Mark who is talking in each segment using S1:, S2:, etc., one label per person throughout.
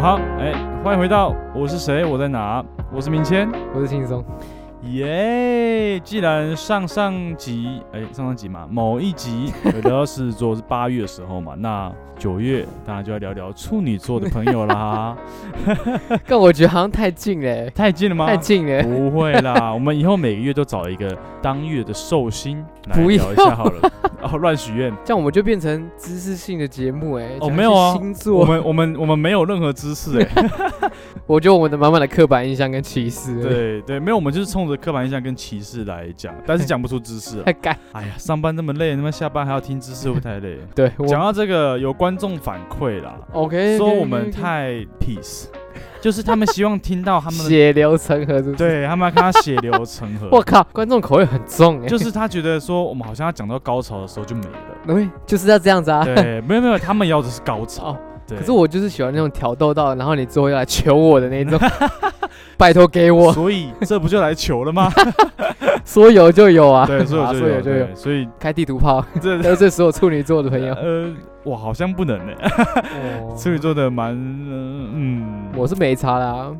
S1: 好，哎、欢迎回到我是谁，我在哪？我是明谦，
S2: 我是轻 松，
S1: 耶、既然上上集，哎、上上集嘛，某一集 有聊到狮子座是八月的时候嘛，那九月大家就要聊聊处女座的朋友 啦。
S2: 但我觉得好像太近了，
S1: 太近了吗？
S2: 太近了，
S1: 不会啦，我们以后每个月都找一个当月的寿星来
S2: 不
S1: 聊一
S2: 要
S1: 下好了。哦，乱许愿，
S2: 这样我们就变成知识性的节目哎。
S1: 哦
S2: 讲一些
S1: 没有啊
S2: 星
S1: 我
S2: 座，
S1: 们我们我们没有任何知识哎、
S2: 我觉得我们的满满的刻板印象跟歧视，，
S1: 对对，没有，我们就是冲着刻板印象跟歧视来讲，但是讲不出知识啊
S2: 太干。
S1: 哎呀，上班那么累，那么下班还要听知识，会不会太累？
S2: 对，我哎
S1: 讲到这个，有观众反馈啦，
S2: OK，
S1: 说我们太 peace，就是
S2: 哎
S1: 他们希望听到他 们的，
S2: 血流成河，是不是？
S1: 对他们要看他血流成
S2: 我
S1: 河，
S2: 靠，观众口味很重哎，
S1: 就是他觉得说我们好像要讲到高潮的时候就没了。
S2: 哎就是要这样子啊。
S1: 对，没有没有，他们要的是高潮
S2: 哦。
S1: 对，
S2: 可是我就是喜欢那种挑逗到，然后你最后要来求我的 那种，拜托给我，
S1: 所以这不就来求了 吗？
S2: 说有就有啊，
S1: 对，所以
S2: 啊
S1: 我
S2: 说有就有，
S1: 对所以
S2: 开地图炮，
S1: 这
S2: 得罪所有处女座 的朋 友。
S1: 呃，我好像不能欸呢。
S2: 哦
S1: 处女座的蛮呃嗯，
S2: 我是没差啦，
S1: 呃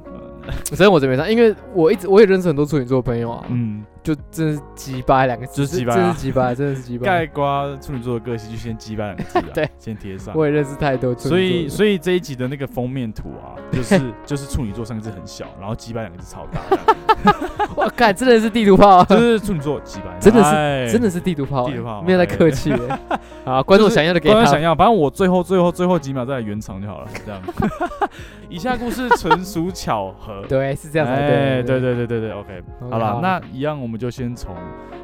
S2: 首先我这边差，因为我一直我也认识很多处女座的朋友啊，
S1: 嗯，
S2: 就真是鸡巴两个字，
S1: 就是鸡
S2: 真
S1: 掰啊
S2: 真是鸡巴，真的是 鸡巴，
S1: 盖。瓜处女座的个性就先击败两个字啊
S2: 对，
S1: 先贴上。
S2: 我也认识太多处
S1: 所以，
S2: 女座的，
S1: 所以这一集的那个封面图 啊，就是就是处女座三个字很小，然后击败两个字超 大这样，
S2: 我靠，真的是地图炮啊，
S1: 就是处女座击败，
S2: 真的是
S1: 哎
S2: 真的是地图炮欸，
S1: 地图炮
S2: 没有在客气欸。 啊，观众想要的给
S1: 观众
S2: 他
S1: 想，要，反正我最后最后最后几秒再来圆场就好 了，这样。以下故事纯属巧合。
S2: 对，是这样子的。
S1: 哎，对
S2: 对
S1: 对对对对，OK，
S2: OK，
S1: 好了，那一样我们就先从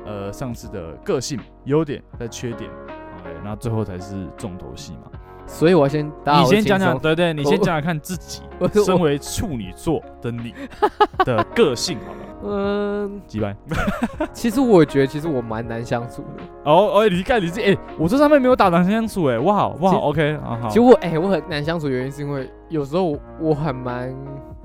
S1: 呃上次的个性、优点、再缺点，OK，那最后才是重头戏嘛。
S2: 所以我要先打好
S1: 你
S2: 我的
S1: 先
S2: 轻
S1: 讲讲，
S2: 松，
S1: 对对，你
S2: 我
S1: 先讲讲看自己
S2: 我
S1: 身
S2: 我
S1: 为处女座的 你的个性好了，
S2: 嗯，
S1: 几班？
S2: 其实我觉得其实我蛮难相处的。
S1: 哦哦，你看你自己，哎，我这上面没有打狼相处，哎，哇好哇好
S2: 其
S1: ，OK 啊好
S2: 其实，我哎，我很难相处，原因是因为有时候我我很蛮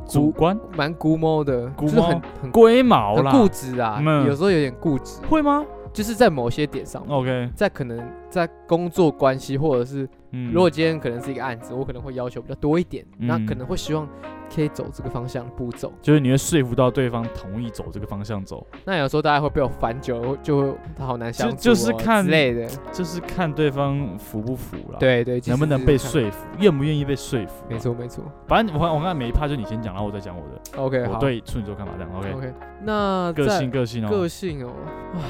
S1: 主观
S2: 蛮孤猫的，
S1: 孤
S2: 就是
S1: 猫
S2: 很很
S1: 龟毛
S2: 很
S1: 啦，
S2: 固执啊，
S1: 嗯哦
S2: 有时候有点固执，
S1: 会吗
S2: 就是在某些点上，
S1: ？OK，
S2: 在可能在工作关系，或者是
S1: 嗯，
S2: 如果今天可能是一个案子，我可能会要求比较多一点，
S1: 嗯
S2: 那可能会希望可以走这个方向的步骤。
S1: 就是你会说服到对方同意走这个方向走，
S2: 那有时候大家会被我烦久了，就会他好难相处哦、
S1: 就是看
S2: 之类的，
S1: 就是看对方服不服啦，，
S2: 对对，其实
S1: 能不能
S2: 是
S1: 被
S2: 看？
S1: 说服，愿不愿意被说服，
S2: 没。错没错
S1: 反正我我刚才每一趴就你先讲，然后我再讲我的，
S2: ，OK
S1: 我
S2: 好
S1: 对处女座看法这样，OK，
S2: OK，那
S1: 个
S2: 在
S1: 性个性哦，
S2: 个性哦，哇，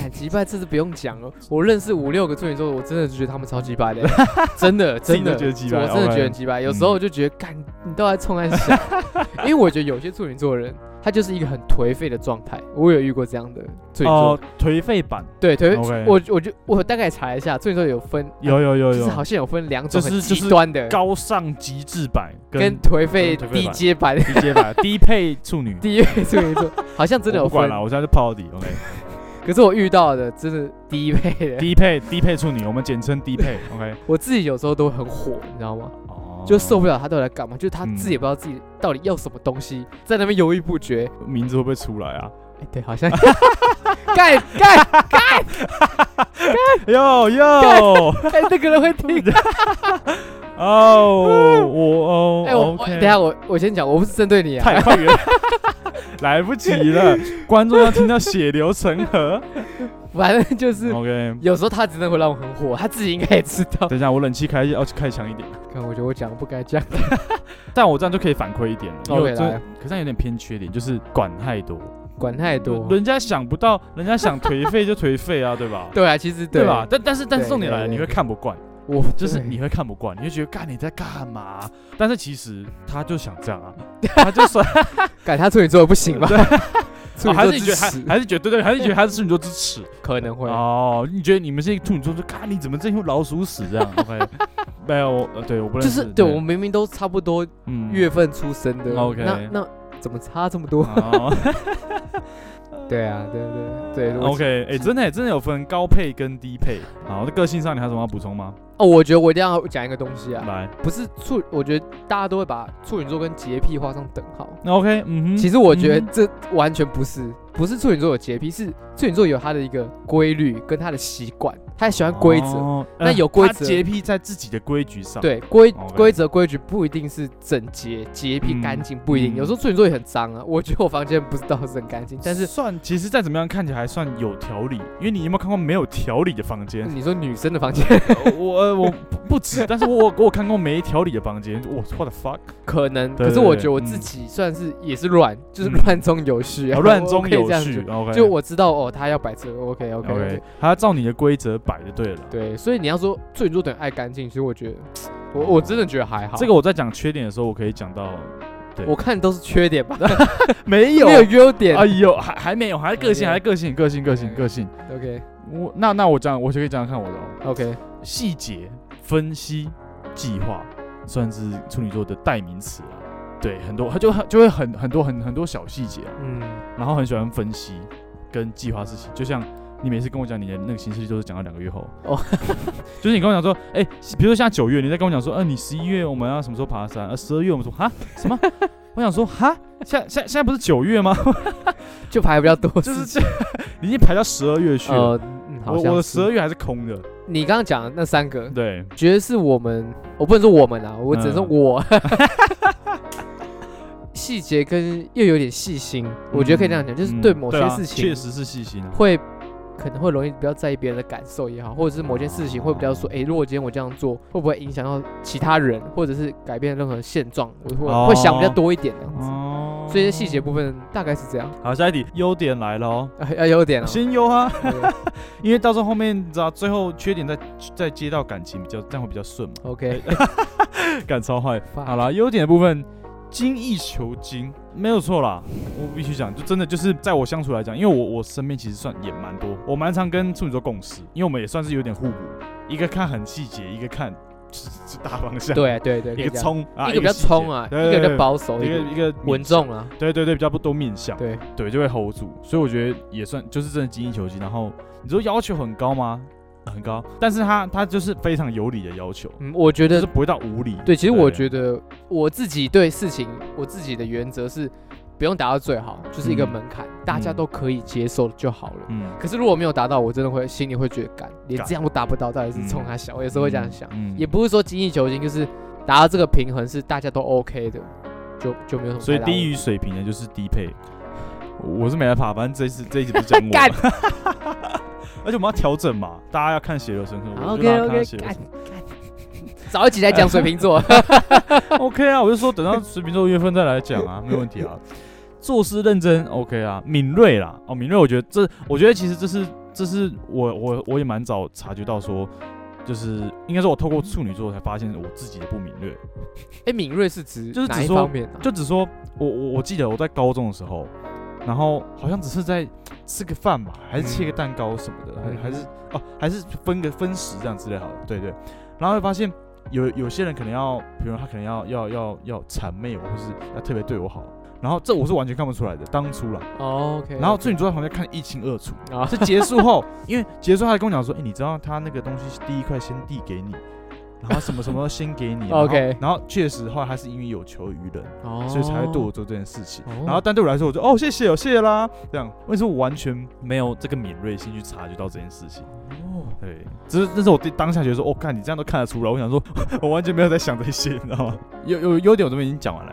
S2: 哎，击败这是不用讲了。我认识五六个处女座，我真的觉得他们超击败的， 真的
S1: 自己都
S2: 真的
S1: 觉得击败
S2: 我真的
S1: OK 嗯
S2: 觉得很击败。有时候我就觉得，干，你到底在冲 安想？因为我觉得有些处女座的人，他就是一个很颓废的状态。我有遇过这样的处女座
S1: 哦，，颓废版，
S2: 对颓
S1: OK
S2: 废。我我就我大概查一下，处女座有分，啊
S1: 有有有
S2: 就是
S1: 有，
S2: 好像有分两种
S1: 就
S2: 很
S1: 是就是
S2: 极端的，
S1: 高尚极致版
S2: 跟
S1: 跟
S2: 颓废
S1: 跟颓废
S2: 低
S1: 版
S2: 阶版
S1: 低阶版、啊低配处女，
S2: 低配处女座，好像真的
S1: 我
S2: 有
S1: 不管
S2: 分。
S1: 了，我现在就泡到底，OK，
S2: 可是我遇到的真的低配的，
S1: 低配低配处女，我们简称低 配，OK，
S2: 我自己有时候都会很火，你知道吗？
S1: 哦
S2: 就受不了他到底在干嘛，就是他
S1: 嗯
S2: 自己也不知道自己到底要什么东西，在那边犹豫不决。
S1: 名字会不会出来啊？
S2: 哎，对， 好像盖盖
S1: 哟 哟
S2: 盖那个人会 听。
S1: 哦，我哦，
S2: 哎，我我
S1: OK
S2: 等一下我我先讲，我不是针对你啊。
S1: 太快 了，来不及了，观众要听到血流成河
S2: 反正 就是
S1: ，OK。
S2: 有时候他真的会让我很火，他自己应该也知道。
S1: 等一下，我冷气开要开强一点，
S2: 看，我觉得我讲不该讲。
S1: 但我这样就可以反馈一点了。因为
S2: OK，
S1: 我真
S2: 来
S1: 可是这样有点偏缺点，就是管太多。
S2: 管太多。
S1: 人家想不到，人家想颓废就颓废 啊，对吧？
S2: 对啊，其实
S1: 对吧？？但但是但是
S2: 对
S1: 重点来了，
S2: 对
S1: 你
S2: 对
S1: 会看不惯，
S2: 我
S1: 就是
S2: 对
S1: 你会看不惯，你会觉得干你在干 嘛？但是其实他就想这样啊，他就算
S2: 改他处女座不行吧？ 处
S1: 哦
S2: 女
S1: 还
S2: 座
S1: 是你觉
S2: 支
S1: 得还
S2: 持
S1: 还是觉得对对，还是觉 得他是处女座之耻
S2: 可能会。
S1: 哦？你觉得你们是处女座，就看你怎么这副老鼠屎 这样？OK，没有，呃对我不认
S2: 就
S1: 识，
S2: 是对我们明明都差不多
S1: 嗯
S2: 月份出生的
S1: 嗯，OK
S2: 那那怎么差这么多？
S1: 哦
S2: 对啊，对对对 我
S1: OK，哎，真的耶真的有分高配跟低配。好，那个性上你还有什么要补充吗？
S2: 哦，我觉得我一定要讲一个东西啊，
S1: 来
S2: 不是处，我觉得大家都会把处女座跟洁癖画上等号。
S1: 那，OK，嗯哼，
S2: 其实我觉
S1: 嗯
S2: 得这完全不是，不是处女座有洁癖，是处女座有他的一个规律跟他的习惯。他喜欢规则，
S1: 哦
S2: 那有规
S1: 他
S2: 则
S1: 洁癖在自己的规矩上。，
S2: 对规
S1: OK
S2: 规则规矩不一定是整洁、洁癖、
S1: 嗯
S2: 干净，不一定。
S1: 嗯
S2: 有时候处女座也很脏啊，我觉得我房间不是倒是很干净，但是
S1: 算，其实再怎么样看起来还算有条理，因为你有没有看过没有条理的房间？
S2: 你说女生的房间
S1: 嗯呃我呃 我不不止，但是我我我看过没条理的房间，我 what the fuck，
S2: 可能，
S1: 对
S2: 可是
S1: 对
S2: 我
S1: 对嗯
S2: 觉得我自己算是也是乱， 就是乱中 有序
S1: 啊
S2: 啊，
S1: 乱
S2: 我
S1: 中
S2: 可以
S1: 有
S2: 这样
S1: 序
S2: 子。
S1: ，OK，
S2: 就我知道哦，他要摆这个，OK OK
S1: OK，他要照你的规则摆就对了。
S2: 对，所以你要说处女座等于爱干净，其实我觉得，我我真的觉得还好。
S1: 这个我在讲缺点的时候，我可以讲到对
S2: 我看都是缺点 吧，
S1: 没
S2: 没有优点。
S1: 哎呦，还还没有，还个性，
S2: 哎呀
S1: 还个性，个性，个性，个性。
S2: OK
S1: 我那那我讲，我就可以讲讲看我的哦
S2: OK，
S1: 细节分析计划，算是处女座的代名词了。对，很多他就就会很很多很很多小细节啊，
S2: 嗯，
S1: 然后很喜欢分析跟计划事情，就像。你每次跟我讲你的那个行事历都是讲到两个月后
S2: 哦
S1: 就是你跟我讲说，哎、比如说现在九月，你在跟我讲说，呃，你十一月我们要什么时候爬山，呃，十二月我们说哈什 么？我想说哈，现在现在现在不是九月吗？
S2: 就排比较多
S1: 就
S2: 事
S1: 是
S2: 情，
S1: 这， 已经排到十二月去了。
S2: 呃，嗯好
S1: 我
S2: 像
S1: 我的
S2: 是
S1: 十二月还是空的。
S2: 你刚刚讲的那三个，
S1: 对，
S2: 觉得是我们，我不能说我们啊，我只能说
S1: 嗯
S2: 我。 细节跟又有点细心，我觉得可以这样讲，就是
S1: 嗯
S2: 对某些
S1: 啊
S2: 事
S1: 确、
S2: 情
S1: 实是细心啊。
S2: 会可能会容易比较在意别人的感受也好，或者是某件事情会比较说，诶，如果今天我这样做，会不会影响到其他人，或者是改变任何现状，我会、
S1: 哦
S2: 会想比较多一点这样子。
S1: 哦
S2: 所以细节部分大概是这样，
S1: 好，下一题，优点来了哦，
S2: 啊，要有点 啊。
S1: 先优啊，
S2: 对
S1: 因为到时候后面你知道最后缺点再再接到感情比较，这样会比较顺嘛。
S2: OK，
S1: 感超 坏。
S2: Fuck
S1: 好啦，优点的部分，精益求精，没有错啦。我必须讲，就真的就是在我相处来讲，因为我我身边其实算也蛮多，我蛮常跟处女座共识，因为我们也算是有点互补，一个看很细节，一个看 是是大方向。
S2: 对对对，可
S1: 一
S2: 以
S1: 个
S2: 这样，
S1: 冲啊，
S2: 一个比较
S1: 细节
S2: 冲啊，
S1: 对
S2: 一个比较
S1: 对
S2: 保守，
S1: 对
S2: 一
S1: 一
S2: 个
S1: 个一个
S2: 稳，重啊，
S1: 对对对，比较不多面相，
S2: 对。
S1: 对就会 hold 住，所以我觉得也算就是真的精益求精。然后你说要求很高吗？很高，但是他他就是非常有理的要求，
S2: 嗯，我觉
S1: 就
S2: 得
S1: 是不会到无理。
S2: 对，其实我觉得我自己对事情，我自己的原则是不用达到最好，就是一个
S1: 嗯
S2: 门槛，大家
S1: 嗯
S2: 都可以接受就好了。
S1: 嗯，
S2: 可是如果没有达到，我真的会心里会觉得干，连
S1: 干
S2: 这样都达不到，到底是
S1: 嗯
S2: 冲他小，我有时候会这样想，
S1: 嗯
S2: 也不是说精益求精，就是达到这个平衡是大家都 OK 的，就就没有什么
S1: 所
S2: 太
S1: 以
S2: 大问题。
S1: 低于水平的就是低配。我我是没办法，反正这一次这一集不是 讲
S2: 干
S1: 我， 而且我们要调整嘛，大家要看血流成河，我就让
S2: OK
S1: 大家看
S2: OK，
S1: 血流
S2: 干
S1: 成
S2: 干，早一集再讲水瓶座，
S1: 河 OK 啊，我就说等到水瓶座月份再来讲啊，没有问题啊。做事认真 OK 啊，敏锐啦，哦，敏锐，我觉得这，我觉得其实这是这是我我我也蛮早察觉到说，就是应该说我透过处女座才发现我自己的不敏锐，
S2: 哎，敏锐是指
S1: 就是
S2: 哪
S1: 只
S2: 一
S1: 说
S2: 方面啊？
S1: 就只说我我我记得我在高中的时候，然后好像只是在吃个饭吧，还是切个蛋糕什么的，
S2: 嗯
S1: 还还是哦、还是分个分食这样之类好了，对对。然后会发现有有些人可能要，比如他可能要要要要谄媚我，或是要特别对我好，然后这我是完全看不出来的，当初啦。
S2: 哦 OK，
S1: 然后处女座在旁边看得一清二楚。
S2: 啊
S1: 是结束后，因为结束后他还跟我讲说，哎、你知道他那个东西是第一块先递给你。然后什么什么都先给你然后
S2: OK
S1: 然后确实后来他是因为有求于人，
S2: 哦
S1: 所以才会对我做这件事情。
S2: 哦
S1: 然后，但对我来说，我就哦，谢谢哦，谢谢啦，这样，我也是完全没有这个敏锐性去察觉到这件事情。
S2: 哦
S1: 对，只是那是我对当下觉得说，哦，看你这样都看得出来，我想说， 我完全没有在想这些，你知道吗？有有优点我这边已经讲完了，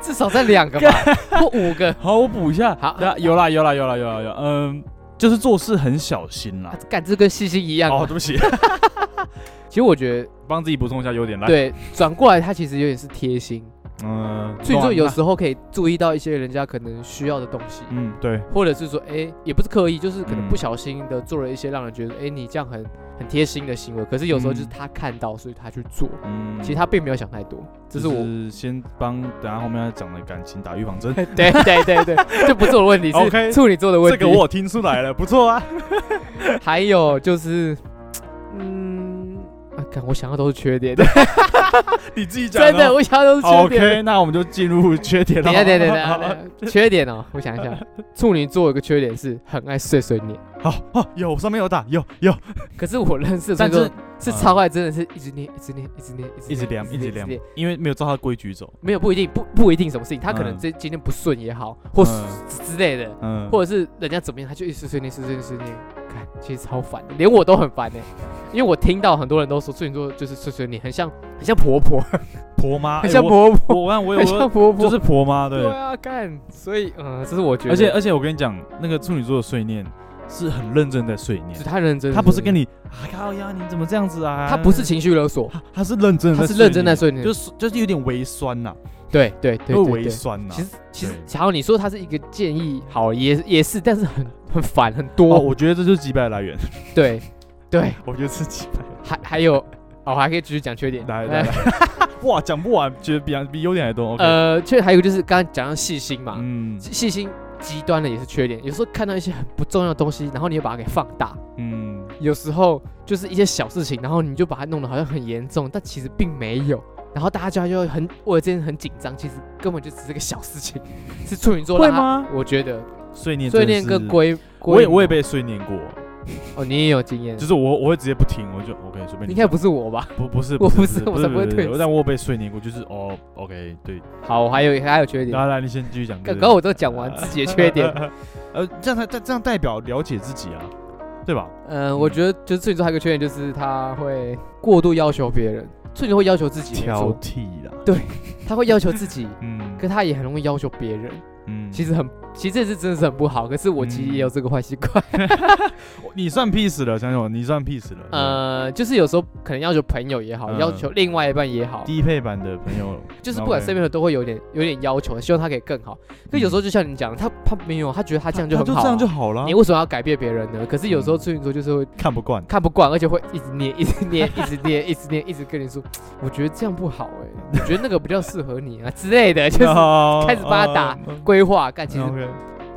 S2: 至少在两个吧，或五个。
S1: 好，我补一下，
S2: 好
S1: 对啊有啦有啦有啦有啦有啦，嗯，就是做事很小心啦
S2: 啊。干这跟细心一样。
S1: 哦，对不起，
S2: 其实我觉得，
S1: 帮自己补充一下优点来。，
S2: 对，转过来他其实有点是贴心，
S1: 嗯，
S2: 所以说
S1: 暖
S2: 有
S1: 啊
S2: 时候可以注意到一些人家可能需要的东西，
S1: 嗯，对，
S2: 或者是说，哎，也不是刻意，就是可能
S1: 嗯
S2: 不小心的做了一些让人觉得，哎，你这样很很贴心的行为。可是有时候
S1: 嗯
S2: 就是他看到，所以他去做，
S1: 嗯，
S2: 其实他并没有想太 多。这是我，
S1: 先帮等下后面要讲的感情打预防 针。
S2: 对对对对，这不是我的 问题，是
S1: OK，
S2: 处女座的问
S1: 这
S2: 题。
S1: 个我有听出来了，不错啊。
S2: 还有就是，嗯，啊看我想要都是缺 点，真
S1: 你自己讲哦
S2: 的，我想要都是缺点。
S1: OK，那我们就进入缺 点了。
S2: 等一下，等一下，等一下等一下，缺点哦，我想 一下，处女座有个缺点是很爱碎碎念，
S1: 好好，有我上面有打，有有，
S2: 可是我认识的
S1: 但
S2: 处女
S1: 是
S2: 座是超爱，真的是一直念，一直念，一直念，
S1: 啊一直量，一直量，因为没有照他的规矩走。
S2: 没有不一定，不不一定什么事情，他可能
S1: 嗯
S2: 这今天不顺也好，或
S1: 嗯
S2: 之之类的，
S1: 嗯，
S2: 或者是人家怎么样，他就一直碎碎念，碎碎念，碎碎念，看，其实超烦的，连我都很烦呢，因为我听到很多人都说处女座就是碎碎念，很像很像婆婆，
S1: 婆妈，
S2: 很
S1: 哎
S2: 像
S1: 我
S2: 婆婆，
S1: 我看我
S2: 很
S1: 有
S2: 像
S1: 个
S2: 婆婆，
S1: 就是婆妈，对
S2: 对。啊，干，所以嗯，这是我觉得，
S1: 而且而且我跟你讲，那个处女座的碎念是很认真的碎
S2: 就
S1: 念，
S2: 他认真，
S1: 他不是跟
S2: 你，
S1: 你啊靠呀，你怎么这样子啊？
S2: 他不是情绪勒索，
S1: 他，他是认真的，
S2: 他是认真在，碎念，
S1: 就是就是有点微酸呐，
S2: 对对对
S1: 会
S2: 对
S1: 微
S2: 对。
S1: 酸呐。
S2: 其实其实
S1: 对，
S2: 假如你说他是一个建议，好也也是，但是很 很烦，很
S1: 哦，
S2: 多，
S1: 我觉得这就是几百来源，
S2: 对对，
S1: 我觉得是几百。
S2: 还还有，哦，还可以继续讲缺点。
S1: 来
S2: 呃
S1: 来来， 哇，讲不完，觉得比比优点还多。OK，
S2: 呃，缺点还有一个就是刚刚讲到细心嘛，
S1: 嗯
S2: 细心极端的也是缺点。有时候看到一些很不重要的东西，然后你又把它给放大；
S1: 嗯，
S2: 有时候就是一些小事情，然后你就把它弄得好像很严重，但其实并没有。然后大家就会很为了这件事很紧张，其实根本就只是个小事情， 是处女座
S1: 会
S2: 让他
S1: 吗？
S2: 我觉得
S1: 碎念，
S2: 碎念个，龟，龟
S1: 我也
S2: 毛
S1: 我也被碎念过，
S2: 哦，你也有经验
S1: 就，是我我会直接不听，我就 OK 随便
S2: 应
S1: 你
S2: 该
S1: 讲。
S2: 不是我吧？
S1: 不不是
S2: 我不
S1: 不
S2: 是
S1: 是
S2: 我才不会
S1: 对
S2: 对
S1: 对
S2: 你
S1: 但我有被碎念过，就是哦 OK 对，
S2: 好，还有还有缺点，
S1: 来来你先继续讲。
S2: 刚刚我都讲 完自己的缺点，
S1: 呃，这样才这这样代表了解自己啊，对吧？
S2: 嗯，我觉得就是处女座还有一个缺点就是他会过度要求别人，处女座会要求自己，没
S1: 挑
S2: 错，
S1: 剔啦，
S2: 他会要求自己，
S1: 嗯
S2: 可他也很容易要求别人，
S1: 嗯，
S2: 其实很，其实这是真的是很不好。可是我其实也有这个坏习 惯，
S1: 你算 peace 了，想想我你算 peace 了，
S2: 呃，就是有时候可能要求朋友也好，
S1: 嗯
S2: 要求另外一半也好
S1: 对，低配版的朋友，
S2: 就是不管身边的都会有点有点要求，希望他可以更好。可有时候就像你讲的，他他没有，他觉得他
S1: 他
S2: 这样就很
S1: 就
S2: 好
S1: 这样就
S2: 啊，
S1: 好了
S2: 你，为什么要改变别人呢？可是有时候处女座就是会
S1: 看不惯，
S2: 看不惯，而且会一直念、一
S1: 嗯
S2: 直念、一直念、 一直念、一直跟你说，我觉得这样不好哎、我觉得那个比较适合你啊之类的， 就是
S1: 是
S2: 开始帮他打规划。干其实
S1: 哦 OK，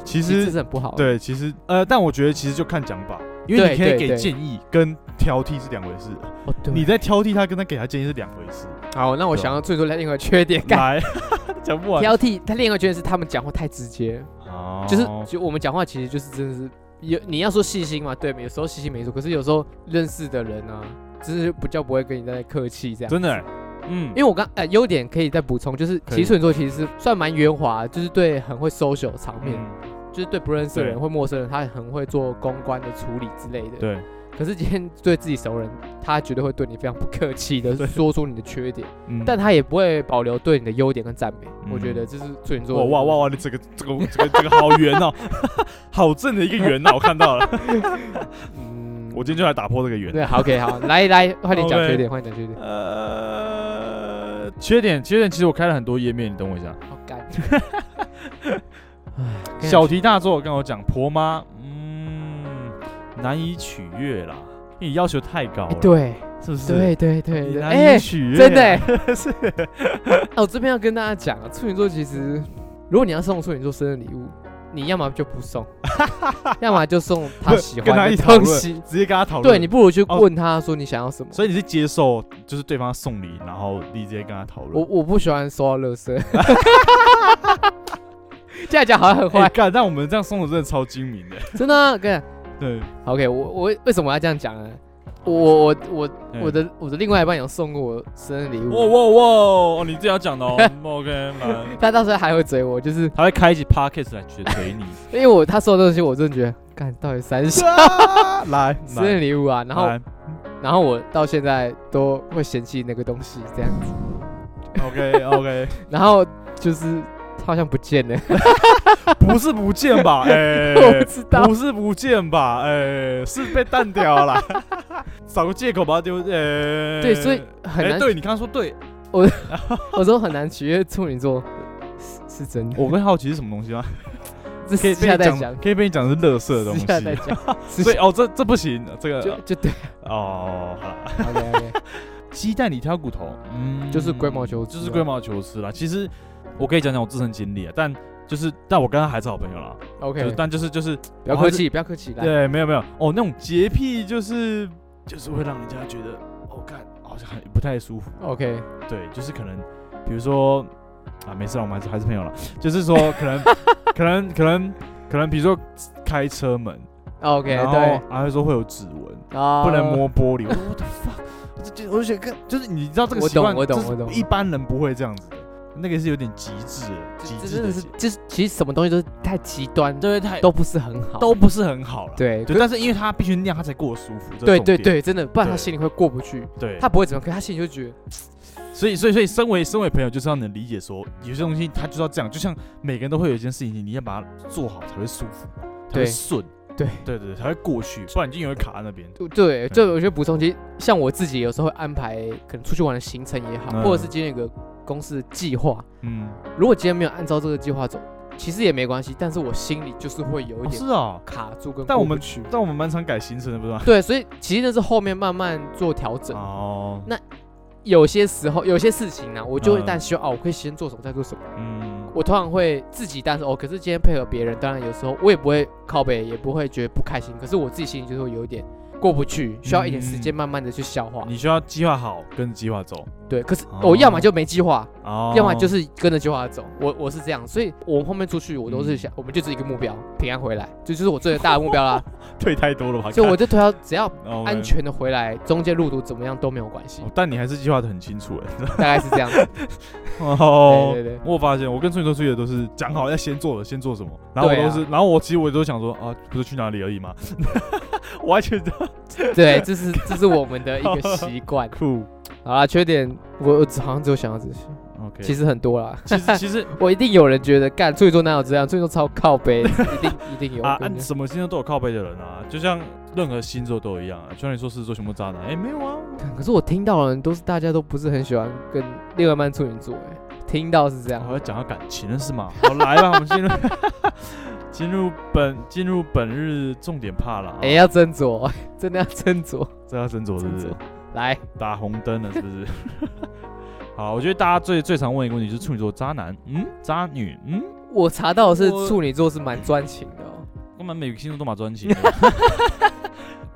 S1: 其
S2: 其实这
S1: 实
S2: 是很不好的，
S1: 对，其实呃，但我觉得其实就看讲法，因为
S2: 对
S1: 你可以
S2: 对
S1: 给
S2: 对
S1: 建议跟挑剔是两回事，
S2: 哦对。
S1: 你在挑剔他跟他给他建议是两回事。
S2: 好，那我想要最多另外一个缺点，干
S1: 来， 讲不完，
S2: 挑剔。他另一个缺点是他们讲话太直接，
S1: 哦
S2: 就是就我们讲话其实就是真的是有你要说细心嘛，对，有时候细心没错，可是有时候认识的人啊，真是比较不会跟你在客气这样。
S1: 真的欸，嗯
S2: 因，为我刚呃优点可以再补充，就是
S1: 可以
S2: 其实处女座其实是算蛮圆滑，就是对很会 social 场面，
S1: 嗯
S2: 就是对不认识的人
S1: 对
S2: 或陌生人，他很会做公关的处理之类的。。
S1: 对，
S2: 可是今天对自己熟人，他绝对会对你非常不客 气的
S1: 对
S2: 说出你的缺点，
S1: 嗯
S2: 但他也不会保留对你的优点跟赞美。
S1: 嗯
S2: 我觉得这是处女座
S1: 哇
S2: 的。
S1: 哇哇哇！你这个这个这个这个好圆哦， 好正的一个圆呐，啊我看到了。
S2: 嗯，
S1: 我今天就来打破这个圆。
S2: 对，啊好，OK，好，来来，快点讲
S1: OK
S2: 缺点，快点讲缺点。
S1: 呃，缺点缺点，其实我开了很多页面，你等我一下。
S2: 好 干，
S1: 小 题大做，跟我讲婆妈，嗯，难以取悦啦，因为你要求太高
S2: 哎
S1: 了，，
S2: 对
S1: 是不是？
S2: 对对对
S1: 你
S2: 对，
S1: 难
S2: 哎
S1: 以，取悦，啊
S2: 真的欸。
S1: 是
S2: 哦，我这边要跟大家讲啊，处女座其实，如果你要送处女座生日礼物，你要么就 不送，要么就送他喜
S1: 跟他
S2: 欢
S1: 一
S2: 的
S1: 起讨
S2: 东
S1: 论
S2: 西。
S1: 直接跟他讨论。
S2: 对你，不如去
S1: 哦
S2: 问他说你想要什么。
S1: 所以你是接受就是对方送礼，然后你直接跟他讨论。
S2: 我我不喜欢收到垃圾， 这样讲好像很
S1: 哎
S2: 坏，
S1: 干，但我们这样送的真的超精明的。
S2: 真的啊、跟你
S1: 对，
S2: 讲，OK，我我为什么要这样讲呢？我我我
S1: 嗯
S2: 我的我的另外一半有送过我生日礼
S1: 哇
S2: 物，
S1: 哇哇！哦你自己要讲的 哦。嗯 OK，来，
S2: 他到时候还会追我，就是
S1: 他会开一集 podcast 来锤锤 你。
S2: 因为我他送的东西，我真的觉得，干到底三小
S1: 啊来，
S2: 生日礼物啊，然后
S1: 来
S2: 然后我到现在都会嫌弃那个东西这样子，
S1: OK OK，
S2: 然后就是他好像不见了，
S1: 嗯不是不见 吧？哎，
S2: 我不知道
S1: 不，是不见吧？哎，是被淡掉了 啦，找个借口把它丢。哎，
S2: 对，所以很
S1: 哎
S2: 难，
S1: 对你刚刚说对，
S2: 我说很难取悦处女座，是是真的，
S1: 我会好奇是什么东西 吗？
S2: 这
S1: 可以
S2: 私
S1: 被
S2: 下
S1: 你
S2: 再
S1: 讲，
S2: 讲，
S1: 可以被你讲是乐色的东
S2: 私下再
S1: 西。
S2: 讲，
S1: 所以哦，这这不行，这
S2: 就
S1: 个
S2: 就对
S1: 哦，好了。
S2: ，OK OK，
S1: 鸡蛋里挑骨头，嗯，
S2: 就是龟毛求疵
S1: 就是
S2: 啊
S1: 龟毛求疵啦。其实我可以讲讲我自身经历啊，但就是但我跟他还是好朋友啦。就
S2: OK，
S1: 但就是就是
S2: 不要客气，不要客气，来，
S1: 对，没有没有哦，那种洁癖就是就是会让人家觉得，哦，看哦，像很不太舒服。
S2: OK，
S1: 对，就是可能，比如说啊，没事啦，我们还是还是朋友了。就是说，可能， 可能，可能，可能，比如说开车门
S2: OK，
S1: 然后
S2: 对，
S1: 还会说会有指纹，
S2: 啊
S1: 不能。摸玻璃。我说我的 fuck，我就觉得我就觉得跟就是你知道这个
S2: 我
S1: 习惯，
S2: 懂我懂
S1: 这是
S2: 我懂
S1: 一般人不会这样子的，那个是有点极致的，极
S2: 这
S1: 致
S2: 真的
S1: 的
S2: 是
S1: 解，
S2: 就是其实什么东西都是太极端，
S1: 对太
S2: 都不是很好。
S1: 都不是很好了。
S2: 对
S1: 对，但是因为他必须那样，他才过得舒服。这是
S2: 对
S1: 重
S2: 对
S1: 点
S2: 对，真的，不然他
S1: 对
S2: 心里会过不去。
S1: 对，
S2: 他不会怎么样，可是他心里就觉得
S1: 所以，所以，所以，身为身为朋友，就是要能理解说，有些东西他就是要这样，就像每个人都会有一件事情，你要把它做好才会舒服，才
S2: 对
S1: 会顺，
S2: 对
S1: 对对，才会过去，不然你就永远卡在那边。
S2: 对对，这我觉得补充，其实像我自己有时候会安排可能出去玩的行程也好，
S1: 嗯
S2: 或者是今天有个公司的计划，
S1: 嗯，
S2: 如果今天没有按照这个计划走，其实也没关系，但是我心里就是会有一
S1: 哦
S2: 点
S1: 是啊，
S2: 卡住跟
S1: 但我
S2: 过不
S1: 们
S2: 去。
S1: 但我们蛮常改行程的，不是吗？
S2: 对，所以其实那是后面慢慢做调整。
S1: 哦，
S2: 有些时候，有些事情呢、我就会
S1: 嗯
S2: 但希望哦，我可以先做什么再做什么。
S1: 嗯，
S2: 我通常会自己但是哦，可是今天配合别人，当然有时候我也不会靠北，也不会觉得不开心，可是我自己心里就会有一点过不去，需要一点时间
S1: 嗯
S2: 慢慢的去消化。
S1: 你需要计划好，跟着计划走。
S2: 对，可是
S1: 哦
S2: 我要么就没计划，
S1: 哦，
S2: 要么就是跟着计划走。我我是这样，所以我们后面出去，我都是
S1: 嗯
S2: 想，我们就是一个目标，平安回来，这就是我最大的目 标啦。
S1: 退太多了吧？
S2: 所以我就推到只要
S1: 看哦
S2: 安。全的回来，中间路途怎么样都没有关系
S1: 哦，但你还是计划的很清楚哎。
S2: 大概是这 样。
S1: 哦，
S2: 对对对
S1: 我有发现，我跟处女座出去的都是讲好要先做的，先做什么，然后我
S2: 对啊
S1: 都是，然后我其实我都想说啊，不是去哪里而已嘛， 我还 觉得。
S2: 对，这是这是我们的一个习惯
S1: 酷。
S2: 好啦，缺点我我只好像只有想到这些，
S1: OK，
S2: 其实很多啦。
S1: 其实其实
S2: 我一定有人觉得干处女座哪有这样，处女座超靠背，一 定一定 有。
S1: 啊，
S2: 对不
S1: 按
S2: 对
S1: 什么星座都有靠背的人啊，就像任何星座都一样啊。虽然你说狮子座全部渣男，哎，没有啊，
S2: 干可是我听到的人都是大家都不是很喜欢跟另外一半处女座，哎，听到是这样
S1: 我。要讲到感情了是 吗？好，来吧，我们进入 进入本进入本日重点怕了啊，
S2: 哎、要斟酌， 真的要斟酌。
S1: 这要斟酌是不
S2: 斟
S1: 是
S2: 酌？来，
S1: 打红灯了是不是？ 好，我觉得大家最最常问一个问题就是处女座渣男，嗯，渣女，嗯。
S2: 我查到的是
S1: 我
S2: 处女座是蛮专情的、哦。
S1: 根本每个星座都蛮专情的。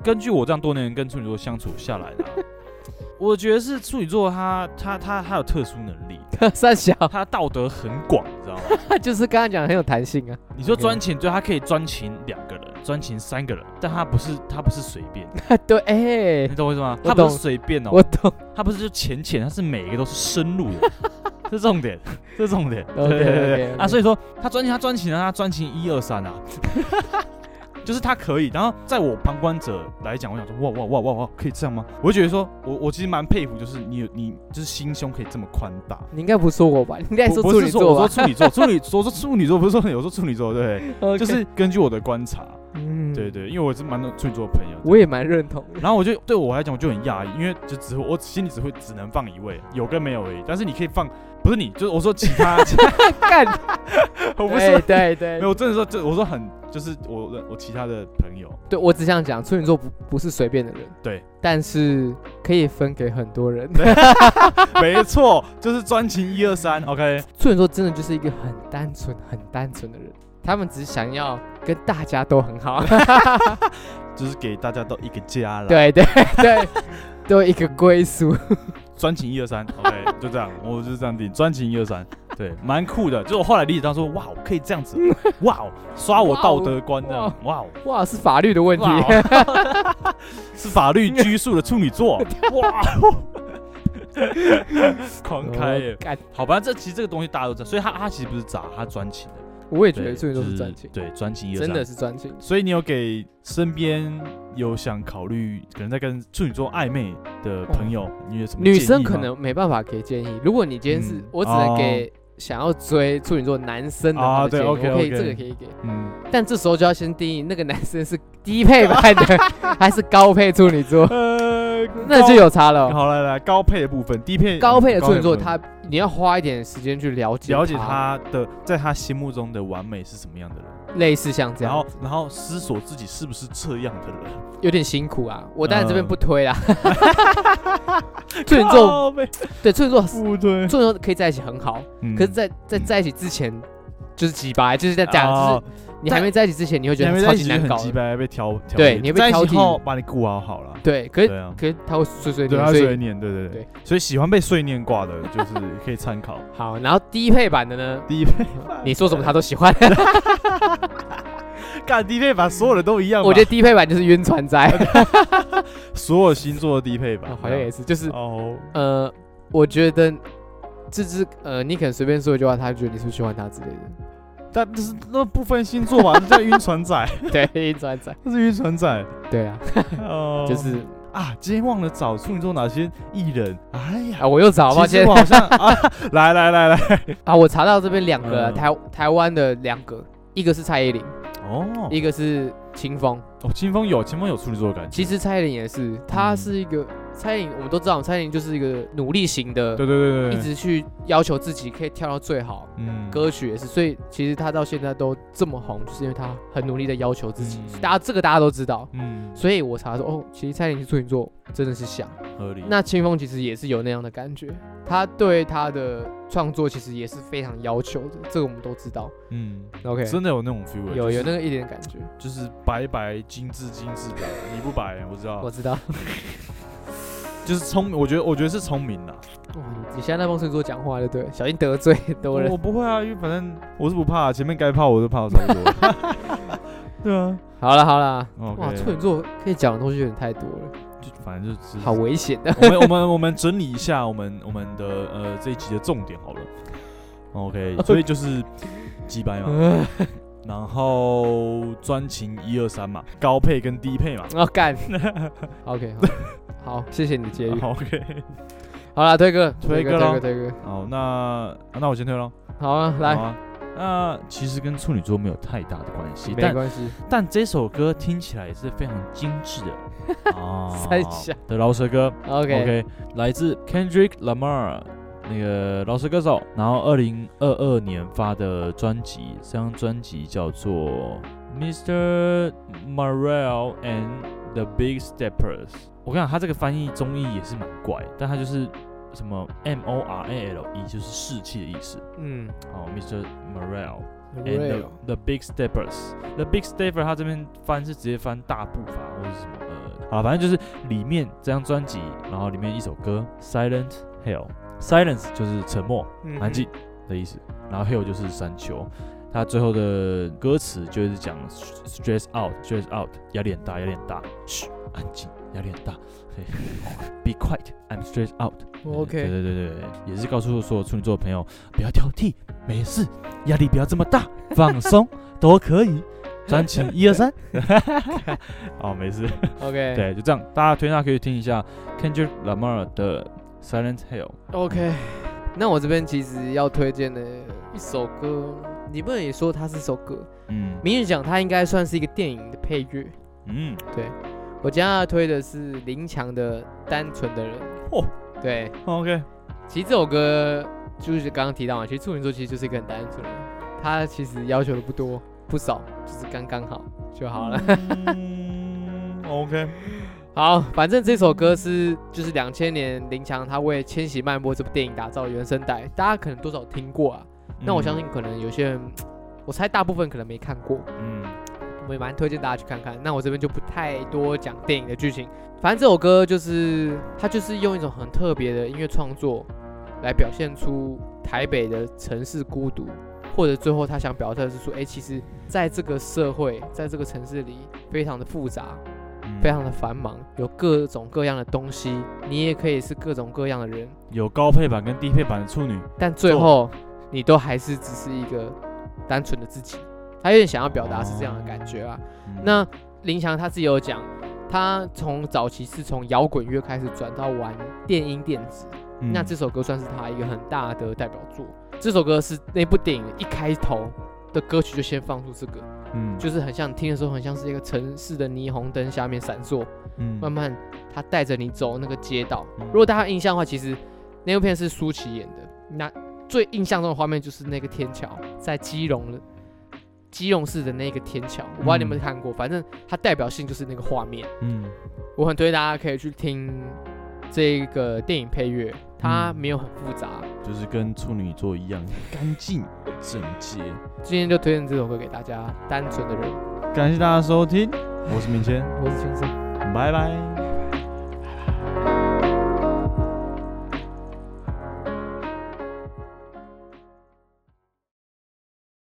S1: 根据我这样多年跟处女座相处下来的啊、我觉得是处女座他他他他有特殊能力，
S2: 三小
S1: 他道德很广，你知 道吗？
S2: 就是刚刚讲的很有弹性啊。
S1: 你说专情，对他可以专情两个人，专情三个人，但他不是他不是随便，
S2: 对，哎、
S1: 你懂我意思吗？
S2: 我
S1: 他不
S2: 懂
S1: 是随便
S2: 我
S1: 哦，
S2: 懂。
S1: 他不是就浅浅，他是每一个都是深入 的。这是重点，这是重点。对
S2: OK，OK，OK
S1: 对对对啊，所以说他专情，他专情啊，他专情一二三 啊，就是他可以。然后在我旁观者来讲，我想说，哇哇哇哇哇，可以这样吗？我就觉得说，我我其实蛮佩服，就是你有你就是心胸可以这么宽大。
S2: 你应该不说我吧？你应该
S1: 我
S2: 哎说
S1: 不
S2: 处
S1: 是
S2: 女
S1: 说
S2: 座
S1: 我说
S2: 吧？
S1: 处女座，处女我说处女座不是说有说处女座对，
S2: OK
S1: 就是根据我的观察，
S2: 嗯
S1: 对，对，因为我是蛮多处女座的朋友，
S2: 我也蛮认同的。
S1: 然后我就对我来讲，我就很讶异，因为就只我心里只会只能放一位，有跟没有而已。但是你可以放，不是你，就是我说其 他，其他
S2: 干，
S1: 我不是
S2: 对
S1: 说，
S2: 对对
S1: 没有，我真的说，这我说很，就是我的我其他的朋友，
S2: 对，我只想讲，处女座不不是随便的人，
S1: 对，
S2: 但是可以分给很多人。
S1: 没错，就是专情一二三，OK，
S2: 处女座真的就是一个很单纯、很单纯的人，他们只想要跟大家都 很好。
S1: 就是给大家都一个家了，，
S2: 对对对，都有一个归宿。
S1: 专情一二三，OK，就这样，我就是这样定，专情一二三，对，蛮酷的。就是我后来理解到说，哇，我可以这样 子，哇哦，刷我道德观这样，哇哦。
S2: 哇，是法律的问题。
S1: 哇哦 是法律拘束的处女座， 哇哦， 狂开耶！
S2: 哦干
S1: 好吧，这其实这个东西大家都知道，所以他他其实不是渣，他专情的，
S2: 我也觉
S1: 对，
S2: 得处女座
S1: 就是
S2: 专情，
S1: 对，专情一二
S2: 真的
S1: 三。
S2: 是专情。
S1: 所以你有给身边有想考虑可能在跟处女座暧昧的朋友，你有什么
S2: 女
S1: 建议
S2: 生
S1: 吗
S2: 可能没办法给建议，如果你今天是
S1: 嗯，
S2: 我只能
S1: 哦
S2: 给想要追处女座男生的
S1: 啊
S2: 话
S1: 对
S2: 建议，我可以
S1: OK，OK
S2: 这个可以给。
S1: 嗯，
S2: 但这时候就要先定义那个男生是低配 版的还是高配处女座，
S1: 呃，
S2: 那就有差了哦。
S1: 好来来高配的部分，低配
S2: 高配的处女座，
S1: 部分
S2: 他你要花一点时间去了解
S1: 了解他的在他心目中的完美是什么样的人。
S2: 类似像这
S1: 然
S2: 样
S1: 后，然后思索自己是不是这样的人。
S2: 有点辛苦啊。我当然这边
S1: 嗯
S2: 不 推啦。处女座
S1: 靠北
S2: 对处女座，
S1: 不对，
S2: 处女座可以在一起很好，
S1: 嗯
S2: 可是在在
S1: 嗯
S2: 在一起之前，就是鸡巴，就是在讲，
S1: 哦
S2: 就是你还没在一起之前，你会觉
S1: 你还
S2: 得
S1: 没
S2: 超
S1: 在一
S2: 级
S1: 起就
S2: 难
S1: 很
S2: 搞
S1: 鸡
S2: 的，
S1: 掰，被挑挑剔。
S2: 对你会被
S1: 在一起
S2: 挑剔
S1: 后把你顾好好了。
S2: 对，可是
S1: 对啊，
S2: 可是他会碎碎
S1: 对
S2: 念，
S1: 啊，
S2: 所以
S1: 碎念，对对
S2: 对
S1: 对。所以喜欢被碎念挂的，就是可以参考。
S2: 好，然后低配版的呢，
S1: 低配，
S2: 你说什么他都喜欢，
S1: 干低配版所有的都一样吧。
S2: 我觉得低配版就是晕船仔，
S1: 所有星座的低配版
S2: 好像也是，就是
S1: 哦，
S2: 呃，我觉得这只呃，你可能随便说一句话，他就觉得你是不是喜欢他之类的。
S1: 但这是那不分星座吧？这叫晕船仔，
S2: 对，晕船仔。
S1: 这是晕船仔。
S2: 对啊，
S1: 哦，
S2: 就是
S1: 啊，今天忘了找处女座哪些艺人。哎呀，
S2: 啊，我又找，抱
S1: 其实
S2: 歉
S1: 我好像 啊，来来来来，
S2: 啊，我查到这边两个啊
S1: 嗯
S2: 台台湾的两个，一个是蔡依林，
S1: 哦，
S2: 一个是秦风。
S1: 哦，清风有清风有处女座的感觉，
S2: 其实蔡依林也是，
S1: 嗯
S2: 她是一个蔡依林，我们都知道，蔡依林就是一个努力型的，
S1: 对对对对，
S2: 一直去要求自己可以跳到最好。
S1: 嗯
S2: 歌曲也是，所以其实她到现在都这么红，就是因为她很努力的要求自己。
S1: 嗯
S2: 大家这个大家都知道，
S1: 嗯
S2: 所以我查说，哦，其实蔡依林是处女座，真的是像。
S1: 合理。
S2: 那清风其实也是有那样的感觉，他对他的创作其实也是非常要求的，这个我们都知道。
S1: 嗯，
S2: OK，
S1: 真的有那种 feel，欸
S2: 有
S1: 就是
S2: 有那个一点感觉，
S1: 就是白白精致精致的，你不白我知道
S2: 我，知道。
S1: 就是聪明，我觉得我觉得是聪明 啦。
S2: 哇，
S1: 嗯
S2: 你现在在帮处女座讲话了，对，小心得罪很多
S1: 我
S2: 人。
S1: 我不会啊，因为反正我是不怕，前面该怕我都怕得差不多。 对啊，
S2: 好了好了，
S1: OK
S2: 哇，处女座可以讲的东西有点太多了，
S1: 就反正就是
S2: 好危险的。
S1: 我们我们我们整理一下我们我们的呃这一集的重点好了。OK，所 以就是鸡掰嘛，然后专情一二三嘛，高配跟低配嘛。
S2: 要哦 干，OK，好好，谢谢你的结语。
S1: 好 OK，
S2: 好了，推哥，
S1: 推
S2: 哥，
S1: 歌
S2: 推
S1: 咯
S2: 哥，推哥，
S1: 好，那、啊那我先推喽。
S2: 好啊，
S1: 好
S2: 来，
S1: 啊。那其实跟处女座没有太大的关系，
S2: 没
S1: 但
S2: 关系，
S1: 但这首歌听起来也是非常精致的 啊
S2: 三小
S1: 的饶舌歌。
S2: OK，
S1: OK，来自 Kendrick Lamar 那个饶舌歌手，然后二零二二年发的专辑，这张专辑叫做 Mr. Morel and the Big Steppers。我跟你讲，他这个翻译中译也是蛮怪，但他就是什么 M O R A L E，就是士气的意思。
S2: 嗯，
S1: 哦，Mr. Morel and
S2: Real
S1: the, the Big Steppers。The Big Stepper，他这边翻是直接翻大步伐或者是什么呃，好，反正就是里面这张专辑，然后里面一首歌《Silent Hill》，Silence 就是沉默、
S2: 嗯
S1: 安静的意思，然后 Hill 就是山丘。他最后的歌词就是讲 stress out, stress out，压力很大，压力很大，嘘，安静，压力很大，嘿，be quiet, I'm stressed out。对
S2: 嗯
S1: 嗯
S2: OK，
S1: 对对对，对也是告诉所有处女座的朋友，不要挑剔，没事，压力不要这么大， 放松都可以。专情一二三， 哦，没事，
S2: OK，
S1: 对，就这样，大家推荐大家可以听一下 Kendrick Lamar 的 Silent Hill。
S2: OK，那我这边其实要推荐的一首歌，你不能也说它是首歌，
S1: 嗯
S2: 明显讲它应该算是一个电影的配乐。
S1: 嗯，
S2: 我今天要推的是林强的《单纯的人》。
S1: 哦，
S2: 对，
S1: ，OK，
S2: 其实这首歌就是刚刚提到嘛，其实处女座其实就是一个很单纯的人，他其实要求的不多不少，就是刚刚好就好了。
S1: 嗯，OK，
S2: 好，反正这首歌是就是两千年林强他为《千禧漫播》这部电影打造的原声带，大家可能多少听过啊。
S1: 嗯
S2: 那我相信，可能有些人，我猜大部分可能没看过，
S1: 嗯，
S2: 我也蛮推荐大家去看看。那我这边就不太多讲电影的剧情，反正这首歌就是它就是用一种很特别的音乐创作来表现出台北的城市孤独，或者最后他想表达的是说，哎、其实在这个社会，在这个城市里非常的复杂，
S1: 嗯
S2: 非常的繁忙，有各种各样的东西，你也可以是各种各样的人，
S1: 有高配版跟低配版的处女，
S2: 但最
S1: 做
S2: 后你都还是只是一个单纯的自己。他有点想要表达是这样的感觉啊。
S1: 嗯
S2: 那林强他自己有讲，他从早期是从摇滚乐开始转到玩电音电子，
S1: 嗯
S2: 那这首歌算是他一个很大的代表作。这首歌是那部电影一开头的歌曲就先放出这个，
S1: 嗯
S2: 就是很像听的时候很像是一个城市的霓虹灯下面闪烁，
S1: 嗯
S2: 慢慢他带着你走那个街道。
S1: 嗯
S2: 如果大家有印象的话，其实那部片是舒淇演的。那最印象中的画面就是那个天桥，在基隆的基隆市的那个天桥，我不知道你有没有看过，反正它代表性就是那个画面。
S1: 嗯
S2: 我很推荐大家可以去听这个电影配乐，它
S1: 嗯
S2: 没有很复杂，
S1: 就是跟处女座一样干净整洁，
S2: 今天就推荐这首歌给大家，《单纯的人》，
S1: 感谢大家收听，我是明谦，
S2: 我是先生。
S1: 拜拜。